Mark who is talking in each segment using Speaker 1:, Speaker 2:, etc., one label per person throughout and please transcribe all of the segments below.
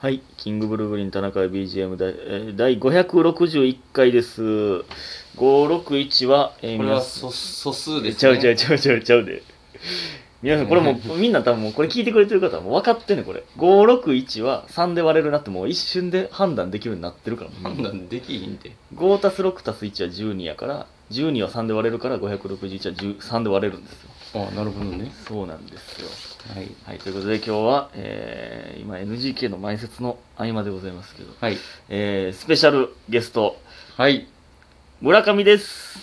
Speaker 1: はい、キングブルーグリン田中 BGM 第,、えー、第561回です。561は、えー
Speaker 2: これ
Speaker 1: 皆
Speaker 2: は
Speaker 1: さん
Speaker 2: 素素数ですね。
Speaker 1: ちゃうちゃうちゃうちゃうちゃうで。皆さん、これもう、みんな多分もうこれ聞いてくれてる方はもう分かってんねんこれ。561は3で割れるなってもう一瞬で判断できるようになってるから。
Speaker 2: 判断できひんて。
Speaker 1: 5たす6たす1は12やから、12は3で割れるから561は10 3で割れるんですよ。
Speaker 2: あなるほどね。
Speaker 1: そうなんですよ。
Speaker 2: はい。
Speaker 1: はい、ということで今日は、えー今 NGK の前説の合間でございますけど、
Speaker 2: はい。
Speaker 1: えースペシャルゲスト、
Speaker 2: はい。
Speaker 1: 村上です。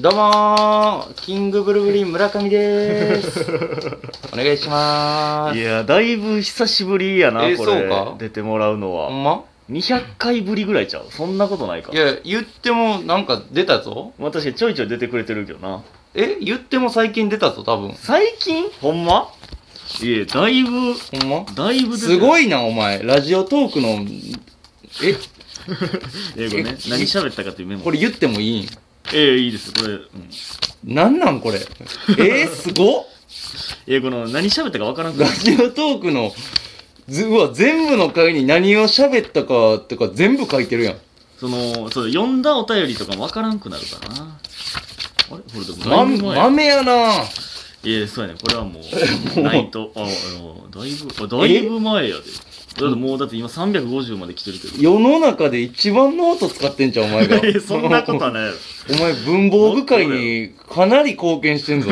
Speaker 2: どうもーキングブルブリン村上でー す。お願いしま
Speaker 1: い
Speaker 2: ーす。
Speaker 1: や、だいぶ久しぶりやな、
Speaker 2: えー
Speaker 1: これ
Speaker 2: そうか
Speaker 1: 出てもらうの
Speaker 2: ほ
Speaker 1: は。
Speaker 2: んま
Speaker 1: 200回ぶりぐらいちゃうそんなことないか
Speaker 2: い。や、言ってもなんか出たぞ。
Speaker 1: まあ確かにちょいちょい出てくれてるけどな。
Speaker 2: え言っても最近出たぞ、多分。
Speaker 1: 最近ほんまいや、だいぶ、
Speaker 2: ほんま
Speaker 1: だいぶ出て
Speaker 2: すご
Speaker 1: い
Speaker 2: いな、お前。ラジオトークの、え、
Speaker 1: 英語ね。何喋ったかというメモ。
Speaker 2: これ言ってもいいん
Speaker 1: ええいいです。これ、うん
Speaker 2: なんなんこれ。えー、すごっ
Speaker 1: 英語の何喋ったかわからんく
Speaker 2: ラ
Speaker 1: なる
Speaker 2: ジオトークの、ずうわ、全部の回に何を喋ったかとか全部書いてるやん。
Speaker 1: その、そう、読んだお便りとかもわからんくなるかな。あれこれでもだ
Speaker 2: ま、
Speaker 1: いぶ前や。
Speaker 2: 豆やな
Speaker 1: ええそうやね。これはも
Speaker 2: も
Speaker 1: う、
Speaker 2: う
Speaker 1: ないと、あ、あの、だいぶ、あだいぶ前やで。だってもう、だって今350まで来てるけど。
Speaker 2: 世の中で一番ノート使ってんじゃん、お 前
Speaker 1: いや
Speaker 2: が。
Speaker 1: そんなことはないやろ。
Speaker 2: お前、文房具界にかなり貢献して んぞ。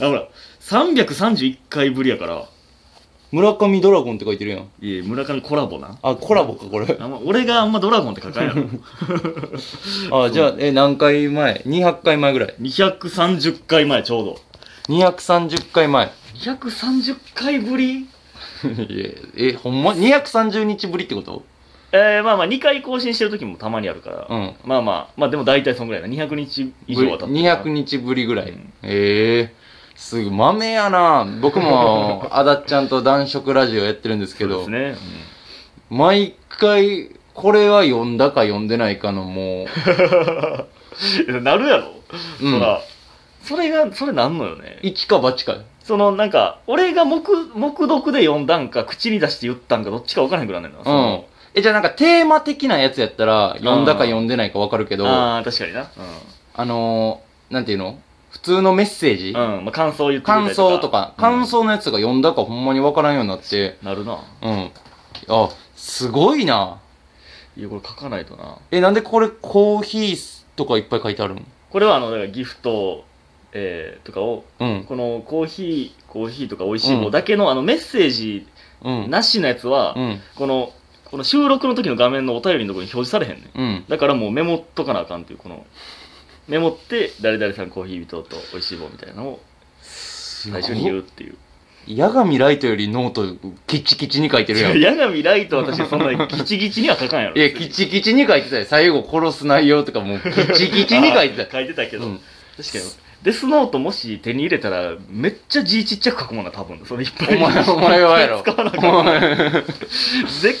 Speaker 1: あ、ほら、331回ぶりやから、
Speaker 2: 村上ドラゴンって書いてるやん。
Speaker 1: いえ、村上コラボな。
Speaker 2: あ、コラボか、これ。
Speaker 1: あんま俺があんまドラゴンって書かん やろ。
Speaker 2: あ、じゃあ、え、何回前 ?200 回前ぐらい。
Speaker 1: 230回前ちょうど。
Speaker 2: 230回前。
Speaker 1: 230回ぶり
Speaker 2: え、ほんま ?230 日ぶりってこと
Speaker 1: えー、まあまあ2回更新してる時もたまにあるから、
Speaker 2: うん
Speaker 1: まあまあまあでも大体そんぐらいな200日以上は経ってるな
Speaker 2: 200日ぶりぐらい、
Speaker 1: うん
Speaker 2: ええすぐ豆やな 僕もあだっちゃんと男色ラジオやってるんですけど
Speaker 1: そうですね、
Speaker 2: 毎回これは読んだか読んでないかのもう
Speaker 1: うんなるやろ、
Speaker 2: うん
Speaker 1: そらそれがそれなんのよね
Speaker 2: 一か八かよ
Speaker 1: そのなんか俺が目目読で読んだんか口に出して言ったんかどっちか分からへんくなんねんな、そ
Speaker 2: うん
Speaker 1: の
Speaker 2: えじゃあなんかテーマ的なやつやったら読んだか読んでないかわかるけどあ
Speaker 1: ああ確かにな
Speaker 2: のー、なんていうの普通のメッセージ、
Speaker 1: うん、うんまあ、感想言ってくれたり
Speaker 2: 感想とか、感想のやつが読んだかほんまにわからんようになって
Speaker 1: うんなるな
Speaker 2: うんあすごいない
Speaker 1: やこれ書かないとな
Speaker 2: え、なんでこれコーヒーとかいっぱい書いてあるの
Speaker 1: これはあのだからギフト、えーとかを
Speaker 2: うん。
Speaker 1: このコーヒーコーヒーとか美味しい
Speaker 2: うん
Speaker 1: 棒だけの、あのメッセージ
Speaker 2: うん。
Speaker 1: なしのやつは、
Speaker 2: うん。
Speaker 1: このこの収録の時の画面のお便りのところに表示されへんねん
Speaker 2: うん。
Speaker 1: だからもうメモっとかなあかんっていうこのメモって誰々さんコーヒー人と美味しい棒みたいなのを最初に言うっていう
Speaker 2: 矢神ライトよりノートキチキチに書いてるやん。い
Speaker 1: 矢神ライトは私そんなにギチギチには書かんやろ
Speaker 2: や、キチキチに書いてたよ。最後殺す内容と かもうキチキチに書いて
Speaker 1: あ書いてたけ
Speaker 2: たよ。
Speaker 1: ど、
Speaker 2: うん。
Speaker 1: 確かにデスノートもし手に入れたらめっちゃ字ちっちゃく書くもんな多分それいっぱ
Speaker 2: お
Speaker 1: い
Speaker 2: 前、お前はやろ。
Speaker 1: 使わなあか
Speaker 2: お
Speaker 1: ん
Speaker 2: 前
Speaker 1: でっ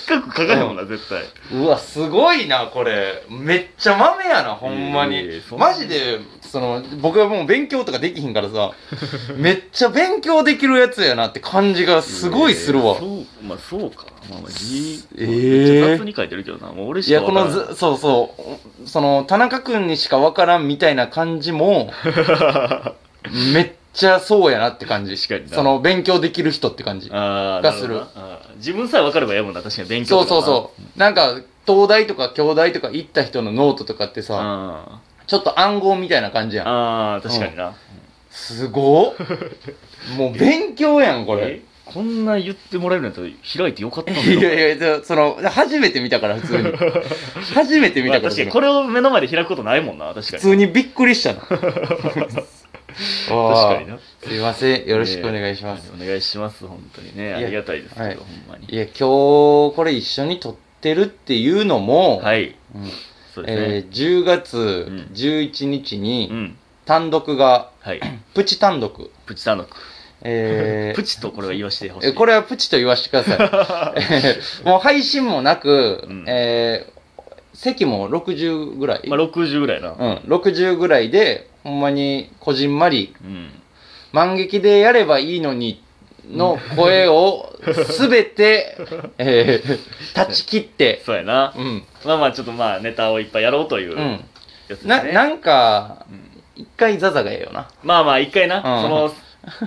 Speaker 1: かく書かへんもんな絶対
Speaker 2: うわ、すごいな、これ。めっちゃ豆やな、ほんま
Speaker 1: いやいやい
Speaker 2: に
Speaker 1: や。そんな
Speaker 2: マジで、その、僕はもう勉強とかできひんからさ、めっちゃ勉強できるやつやなって感じがすごいするわ。
Speaker 1: そうまあそうかまあまあ字
Speaker 2: えー
Speaker 1: めっちゃ雑に書いてるけどなもう俺
Speaker 2: い
Speaker 1: しか
Speaker 2: や、こ
Speaker 1: わからん
Speaker 2: の ず、そうそう、その、田中くんにしかわからんみたいな感 じも、めっちゃそうやなって感じ。
Speaker 1: 確かにな
Speaker 2: その、勉強できる人って感じ。
Speaker 1: あー
Speaker 2: がする
Speaker 1: なほどなあー自分さえ分かればやむな確かに勉強
Speaker 2: そう
Speaker 1: とか
Speaker 2: そ
Speaker 1: な
Speaker 2: うそう。なんか、東大とか京大とか行った人のノートとかってさ、
Speaker 1: あ
Speaker 2: ちょっと暗号みたいな感
Speaker 1: ー
Speaker 2: じやん。
Speaker 1: あー確かにな、
Speaker 2: すごっもう勉強やん、これ
Speaker 1: え。こんな言ってもらえるんやったら開いてよかったん
Speaker 2: い
Speaker 1: だよ
Speaker 2: やいや、その、初めて見たから、普通に。 初めて見
Speaker 1: まあ
Speaker 2: たから。
Speaker 1: 確かにこれを目の前で開くことないもんな確か
Speaker 2: 普
Speaker 1: に
Speaker 2: 通にびっくり したの。確
Speaker 1: 確かにな
Speaker 2: すいません、よろしくお願いします。
Speaker 1: えーお願いします本当にねありがたいですけど、
Speaker 2: はい
Speaker 1: ほんまに
Speaker 2: いや、今日これ一緒に撮ってるっていうのも、
Speaker 1: はい
Speaker 2: うん
Speaker 1: そうですね
Speaker 2: えー10月
Speaker 1: うん
Speaker 2: 11日
Speaker 1: う
Speaker 2: に
Speaker 1: ん
Speaker 2: 単独が、
Speaker 1: はい
Speaker 2: プチ単独。
Speaker 1: プチタノク
Speaker 2: え ー
Speaker 1: プチとこれは言わしてほし
Speaker 2: え
Speaker 1: い
Speaker 2: これはプチと言わせてください。えーもう配信もなく、
Speaker 1: うん
Speaker 2: えー席も60ぐらい、
Speaker 1: まあ60ぐらいな
Speaker 2: うん、60ぐらいで、ほんまにこじんまり、
Speaker 1: うん
Speaker 2: 満劇でやればいいのにの声をす べて、えー断ち切って、
Speaker 1: そうやな
Speaker 2: うん。
Speaker 1: まあまあちょっとまあネタをいっぱいやろうという
Speaker 2: う
Speaker 1: や
Speaker 2: ん。
Speaker 1: つですね、
Speaker 2: な、なんか
Speaker 1: うん、
Speaker 2: 一回ザザがええよな。
Speaker 1: まあまあ一回な、
Speaker 2: うん
Speaker 1: その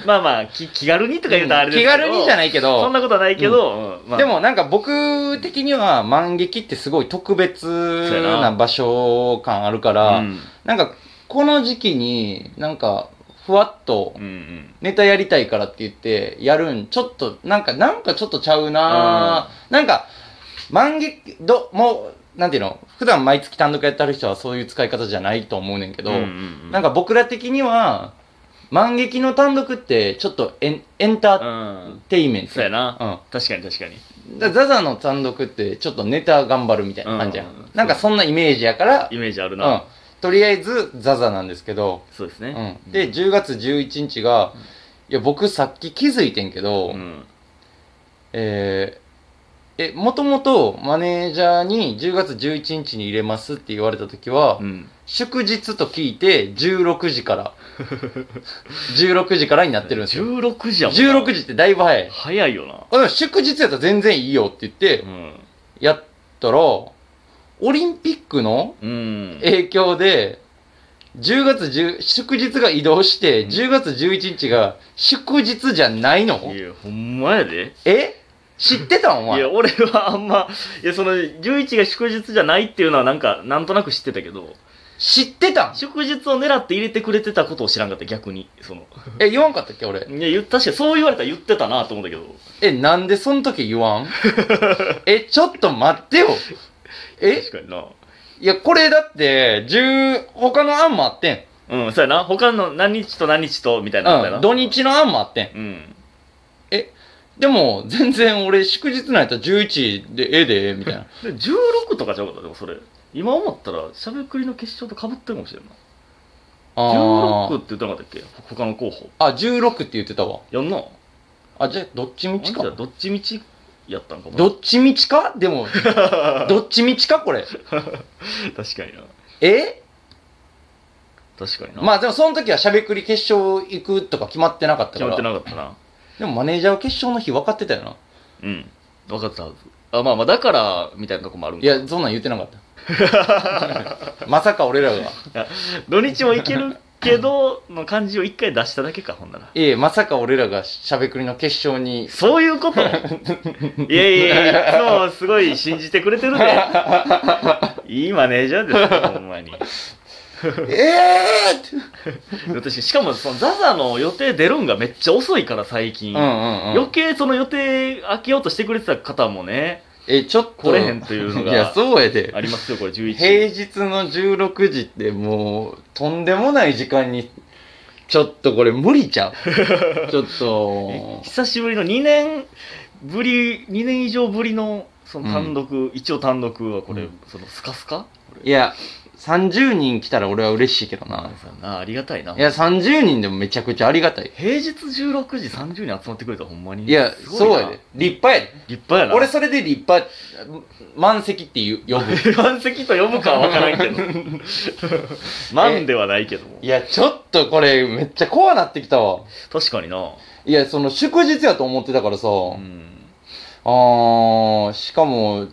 Speaker 1: まあまあき気軽にとか言うとあれですけ
Speaker 2: 気
Speaker 1: ど
Speaker 2: 軽にじゃないいけ
Speaker 1: そん
Speaker 2: ど、
Speaker 1: なことはないけど、うんまあ、
Speaker 2: でもなんか僕的には、万劇ってすごい特別
Speaker 1: うやな
Speaker 2: な場所感あるから、
Speaker 1: うん
Speaker 2: なんか、この時期に、なんか、ふわっと
Speaker 1: うんうん
Speaker 2: ネタやりたいからって言って、やるん、ちょっと、なんか、なんかちょっとちゃうなぁ、なんか、万劇、ど、もう、なんていうの、普段毎月単独やってある人はそういう使い方じゃないと思うねんけど、
Speaker 1: うんうん
Speaker 2: なん
Speaker 1: か、
Speaker 2: か僕ら的には、万劇の単独って、ちょっとエンエン
Speaker 1: う
Speaker 2: ター
Speaker 1: ん、
Speaker 2: テイメント。
Speaker 1: そうやな、
Speaker 2: うん
Speaker 1: 確かに確かに
Speaker 2: だザザの単独って、ちょっとネタ頑張るみたいな感じやん。
Speaker 1: うん
Speaker 2: なんかそんなイメージやから、
Speaker 1: イメージある
Speaker 2: う
Speaker 1: な、
Speaker 2: ん。とりあえず、ザザなんですけど、
Speaker 1: そうですね、
Speaker 2: うん、で10月11日が、いや僕さっき気づいてんけど、
Speaker 1: うん
Speaker 2: えーえもともとマネージャーに10月11日に入れますって言われた時は、
Speaker 1: うん
Speaker 2: 祝日と聞いて16時から16時からになってるんですよ
Speaker 1: 16時やもんな
Speaker 2: 16時ってだいぶ早い
Speaker 1: 早いよな
Speaker 2: あでも祝日やったら全然いいよって言って
Speaker 1: うん、
Speaker 2: やったらオリンピックの
Speaker 1: うん、
Speaker 2: 影響で、10月10、祝日が移動して、
Speaker 1: うん
Speaker 2: 10月11日が祝日じゃないの
Speaker 1: いやほんまやで
Speaker 2: え知ってたんお
Speaker 1: いや
Speaker 2: 前。
Speaker 1: 俺はあんまいやその11が祝日じゃないっていうのはなんかなんとなく知ってたけど
Speaker 2: 知ってたん
Speaker 1: 祝日を狙って入れてくれてたことを知らんかった逆にその
Speaker 2: え、言わんかったっけ俺。
Speaker 1: いや言確かにそう言われたら言ってたなと思うんだけど
Speaker 2: え、なんでその時 言わんえ、ちょっと待ってよ。え
Speaker 1: 確かにない
Speaker 2: や、これだって、10、他の案もあって
Speaker 1: うんそうやな他の何日と何日とみたい
Speaker 2: ん。
Speaker 1: なのあったよ
Speaker 2: う。
Speaker 1: なん
Speaker 2: 土日の案もあってん。
Speaker 1: うん
Speaker 2: でも、全然俺、祝日なんやったら11でええで、みた いな。
Speaker 1: で16とかちゃうかったでもそれ今思ったらしゃべくりの決勝とかぶってるかもしれんな
Speaker 2: あ
Speaker 1: 16
Speaker 2: ー
Speaker 1: って言ってなかったっけ他の候補
Speaker 2: あ、16って言ってたわ。
Speaker 1: やんな
Speaker 2: あ、じゃあ、どっちみ
Speaker 1: じ
Speaker 2: ち
Speaker 1: ゃ
Speaker 2: か
Speaker 1: あ。どっちみちやったんかも
Speaker 2: どっちみちかで も、どっちみちかこれ。
Speaker 1: 確かにな
Speaker 2: え
Speaker 1: 確かにな
Speaker 2: まあでもその時はしゃべくり決勝行くとか決まってなかっ
Speaker 1: 決
Speaker 2: たか
Speaker 1: まって
Speaker 2: ら。
Speaker 1: なかったな
Speaker 2: でもマネージャーは決勝の日分かってたよな。
Speaker 1: うん分かったはずあまあまあだからみたいなとこもあるん
Speaker 2: い
Speaker 1: か
Speaker 2: や、そんなん言ってなか った。まさか俺らが。
Speaker 1: 土日も行けるけど の感じを一回出しただけかほんなら
Speaker 2: いえ、まさか俺らがしゃべくりの決勝に。
Speaker 1: そういう こといやいやいやいつもすごい信じてくれてるでいいマネージャーですよほんまに
Speaker 2: えーって
Speaker 1: 私しかもそのザザの予定出るんがめっちゃ遅いから最近、
Speaker 2: うんうんう
Speaker 1: 余
Speaker 2: ん。
Speaker 1: 計その予定開けようとしてくれてた方も ね
Speaker 2: え、ちょっと。
Speaker 1: 来れへんというのが
Speaker 2: いや、そうやで
Speaker 1: あ。りますよこれ11
Speaker 2: 平日の16時ってもう、とんでもない時間に、ちょっとこれ無理ち ゃう。ちょっ
Speaker 1: え
Speaker 2: と。
Speaker 1: 久しぶりの2年ぶり2年以上ぶりのその単独、一応単独はこれ、
Speaker 2: うん
Speaker 1: そのスカスカ
Speaker 2: いや、30人来たら俺は嬉しいけどな。
Speaker 1: さなありがたいない
Speaker 2: や、30人でもめちゃくちゃありがたい。
Speaker 1: 平日16時30人集まってくれたらほんまに
Speaker 2: いや、
Speaker 1: すごい
Speaker 2: そう
Speaker 1: な
Speaker 2: やで。立派やで。
Speaker 1: 立派やな
Speaker 2: 俺それで立派、満席って言う呼ぶ。
Speaker 1: 満席と呼ぶかは分からんけど 満ではないけども
Speaker 2: いや、ちょっとこれめっちゃ怖なってきたわ。
Speaker 1: 確かにな、
Speaker 2: いや、その祝日やと思ってたからさ。
Speaker 1: うん、
Speaker 2: あー、しかも、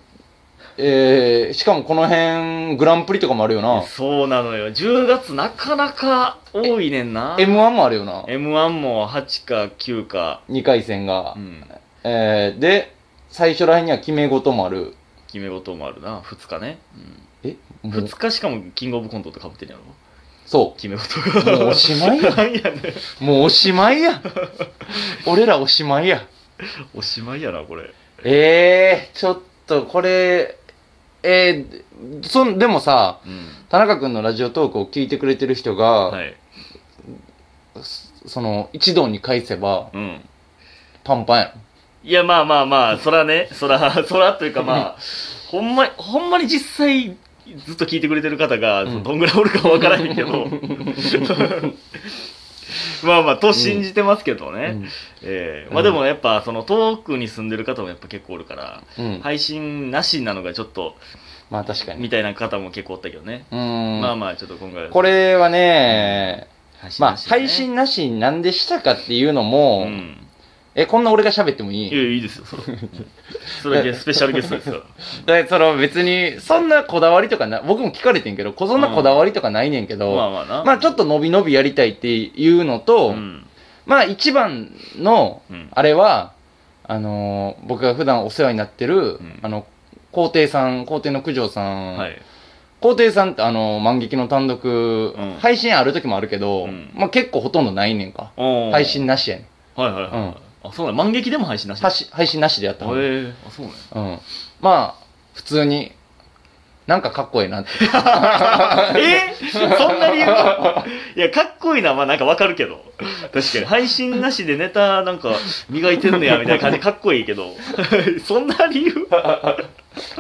Speaker 2: えー、しかもこの辺、グランプリとかもあるよな。
Speaker 1: そうなのよ10月なかなか多いねんな
Speaker 2: M1 もあるよな。
Speaker 1: m 1も8か9か、
Speaker 2: 2回戦が
Speaker 1: う。ん、
Speaker 2: えー、で、最初らへんには決め事もある。
Speaker 1: 決め事もあるな2日ね、
Speaker 2: え
Speaker 1: うん、
Speaker 2: もう
Speaker 1: 2日しかもキングオブコントとかぶってるやろ
Speaker 2: そ
Speaker 1: 決め事
Speaker 2: う。
Speaker 1: が
Speaker 2: もうおしま いや。
Speaker 1: なんやね
Speaker 2: もうおしま いや。俺らおしまいや。
Speaker 1: おしまいやなこれ
Speaker 2: ええー、ちょっとこれ、えー、そんでもさ、
Speaker 1: うん
Speaker 2: 田中君のラジオトークを聞いてくれてる人が、
Speaker 1: はい
Speaker 2: そその一堂に返せば
Speaker 1: うん
Speaker 2: パンパンや
Speaker 1: いやまあまあまあそらねそら そらというかまあほんまほんまに実際ずっと聞いてくれてる方が
Speaker 2: うん
Speaker 1: どんぐらいおるかわからへんけ どまあまあと信じてますけどね、
Speaker 2: ろ。
Speaker 1: ええまあでもやっぱその遠くに住んでる方もやっぱ結構おるから、
Speaker 2: うん、うん
Speaker 1: 配信なしなのがちょっと
Speaker 2: まあ確かに。
Speaker 1: みたいな方も結構おったけどね、
Speaker 2: う
Speaker 1: まあ
Speaker 2: ん。
Speaker 1: まあちょっと今回は
Speaker 2: これはね、
Speaker 1: 配信
Speaker 2: まあ
Speaker 1: なしでね
Speaker 2: 配信なしになんでしたかっていうのも、
Speaker 1: うん
Speaker 2: え、こんな俺が喋ってもい
Speaker 1: いや
Speaker 2: い
Speaker 1: いやいいですよ それそれだけスペシャルゲストですから
Speaker 2: だその別に、そんなこだわりとかな、僕も聞かれてんけど、こそんなこだわりとかないねんけど、
Speaker 1: ま
Speaker 2: ま
Speaker 1: あまあな
Speaker 2: あ、ちょっと伸び伸びやりたいっていうのと、
Speaker 1: うん
Speaker 2: まあ一番の、
Speaker 1: うん
Speaker 2: あれは、あのー僕が普段お世話になってる、
Speaker 1: ん
Speaker 2: あの、皇帝さん、皇帝の九条さん、
Speaker 1: はい
Speaker 2: 皇帝さんってあの、万劇の単独、
Speaker 1: うん
Speaker 2: 配信ある時もあるけ
Speaker 1: う
Speaker 2: ど、
Speaker 1: ん
Speaker 2: まあ結構ほとんどないねんか。
Speaker 1: おー
Speaker 2: 配信なしやねん。
Speaker 1: はいはいはい、あそうなん満劇でも配信なし
Speaker 2: はし配信なしでやった
Speaker 1: へえ
Speaker 2: 方がいい
Speaker 1: あそうなんや
Speaker 2: うん。まあ、普通に、なんかかっこいいな って。
Speaker 1: えーそんな理由 いや、かっこいいのはまあなんかわかるけど。確かに。配信なしでネタなんか磨いてんのや、みたいな感じでかっこいいけど。 そんな理由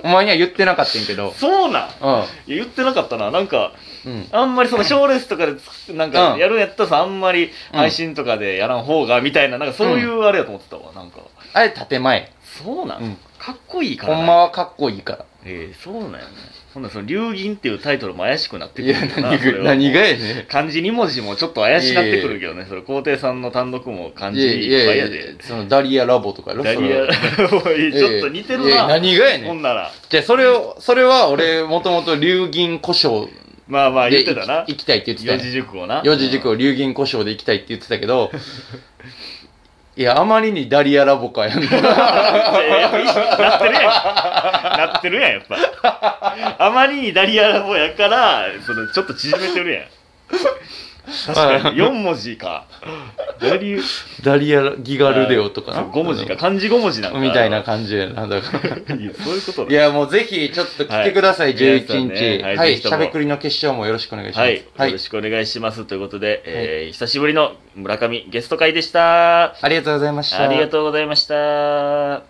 Speaker 2: お前には言ってなかったんやけど。
Speaker 1: そうなん
Speaker 2: う
Speaker 1: いや言ってなかったな。なんか、
Speaker 2: ん。うん。
Speaker 1: あんまりその賞レースとかでつ、なんか
Speaker 2: うん
Speaker 1: やるんやったらさ、あんまり
Speaker 2: うん
Speaker 1: 配信とかでやらん方が、みたいな、なんかそういうあれやと思ってたわ。なんか、
Speaker 2: あれ、建前。
Speaker 1: そうなん、
Speaker 2: うん
Speaker 1: かっこいいから
Speaker 2: ほ
Speaker 1: な。
Speaker 2: んまはかっこいいから。
Speaker 1: ええそうなんよね。ほんならその、流銀っていうタイトルも怪しくなって
Speaker 2: い
Speaker 1: くる
Speaker 2: や、
Speaker 1: んだな
Speaker 2: 何
Speaker 1: それ
Speaker 2: が、
Speaker 1: は
Speaker 2: 何がやね
Speaker 1: 漢字2文字もちょっと怪しなってくるけどね、それ皇帝さんの単独も漢
Speaker 2: ん。
Speaker 1: 字
Speaker 2: い
Speaker 1: い
Speaker 2: やいや
Speaker 1: っぱいや
Speaker 2: いや
Speaker 1: で。
Speaker 2: そのダリアラボとかやろ
Speaker 1: ダリア、
Speaker 2: それ
Speaker 1: おいちょっと似てる
Speaker 2: いや
Speaker 1: な。
Speaker 2: 何がやね
Speaker 1: ほ
Speaker 2: ん。
Speaker 1: んなら。
Speaker 2: じゃあ、それを、それは俺、もともと流銀故障
Speaker 1: まあまあ言
Speaker 2: で
Speaker 1: ってたな。
Speaker 2: 行きたいって言ってた
Speaker 1: 四
Speaker 2: やん
Speaker 1: 字熟語な。
Speaker 2: 四字熟語、流銀故障で行きたいって言ってたけど、いや、あまりにダリアラボかやん。
Speaker 1: いややっぱなってるやん。なってるやん、やっぱ。あまりにダリアラボやから、そのちょっと縮めてるやん。確かに、4文字か。ダリュ
Speaker 2: ダリアラ、ギガルデオとかな。
Speaker 1: 5文字か、漢字5文字なんか。
Speaker 2: みたいな感じやな。だから。
Speaker 1: いやそういうこと
Speaker 2: い
Speaker 1: だ。
Speaker 2: や、もうぜひ、ちょっと来てください、
Speaker 1: はい
Speaker 2: 11
Speaker 1: 皆さん
Speaker 2: 日。
Speaker 1: ねはい
Speaker 2: は
Speaker 1: ぜ
Speaker 2: い、
Speaker 1: ひと
Speaker 2: しゃ
Speaker 1: も
Speaker 2: べくりの決勝もよろしくお願いします。
Speaker 1: はい、
Speaker 2: は
Speaker 1: よろ
Speaker 2: い、
Speaker 1: しくお願いしますということで、えー久しぶりの村上ゲスト会でした。あ
Speaker 2: ありがとうございました。
Speaker 1: りがとうございました。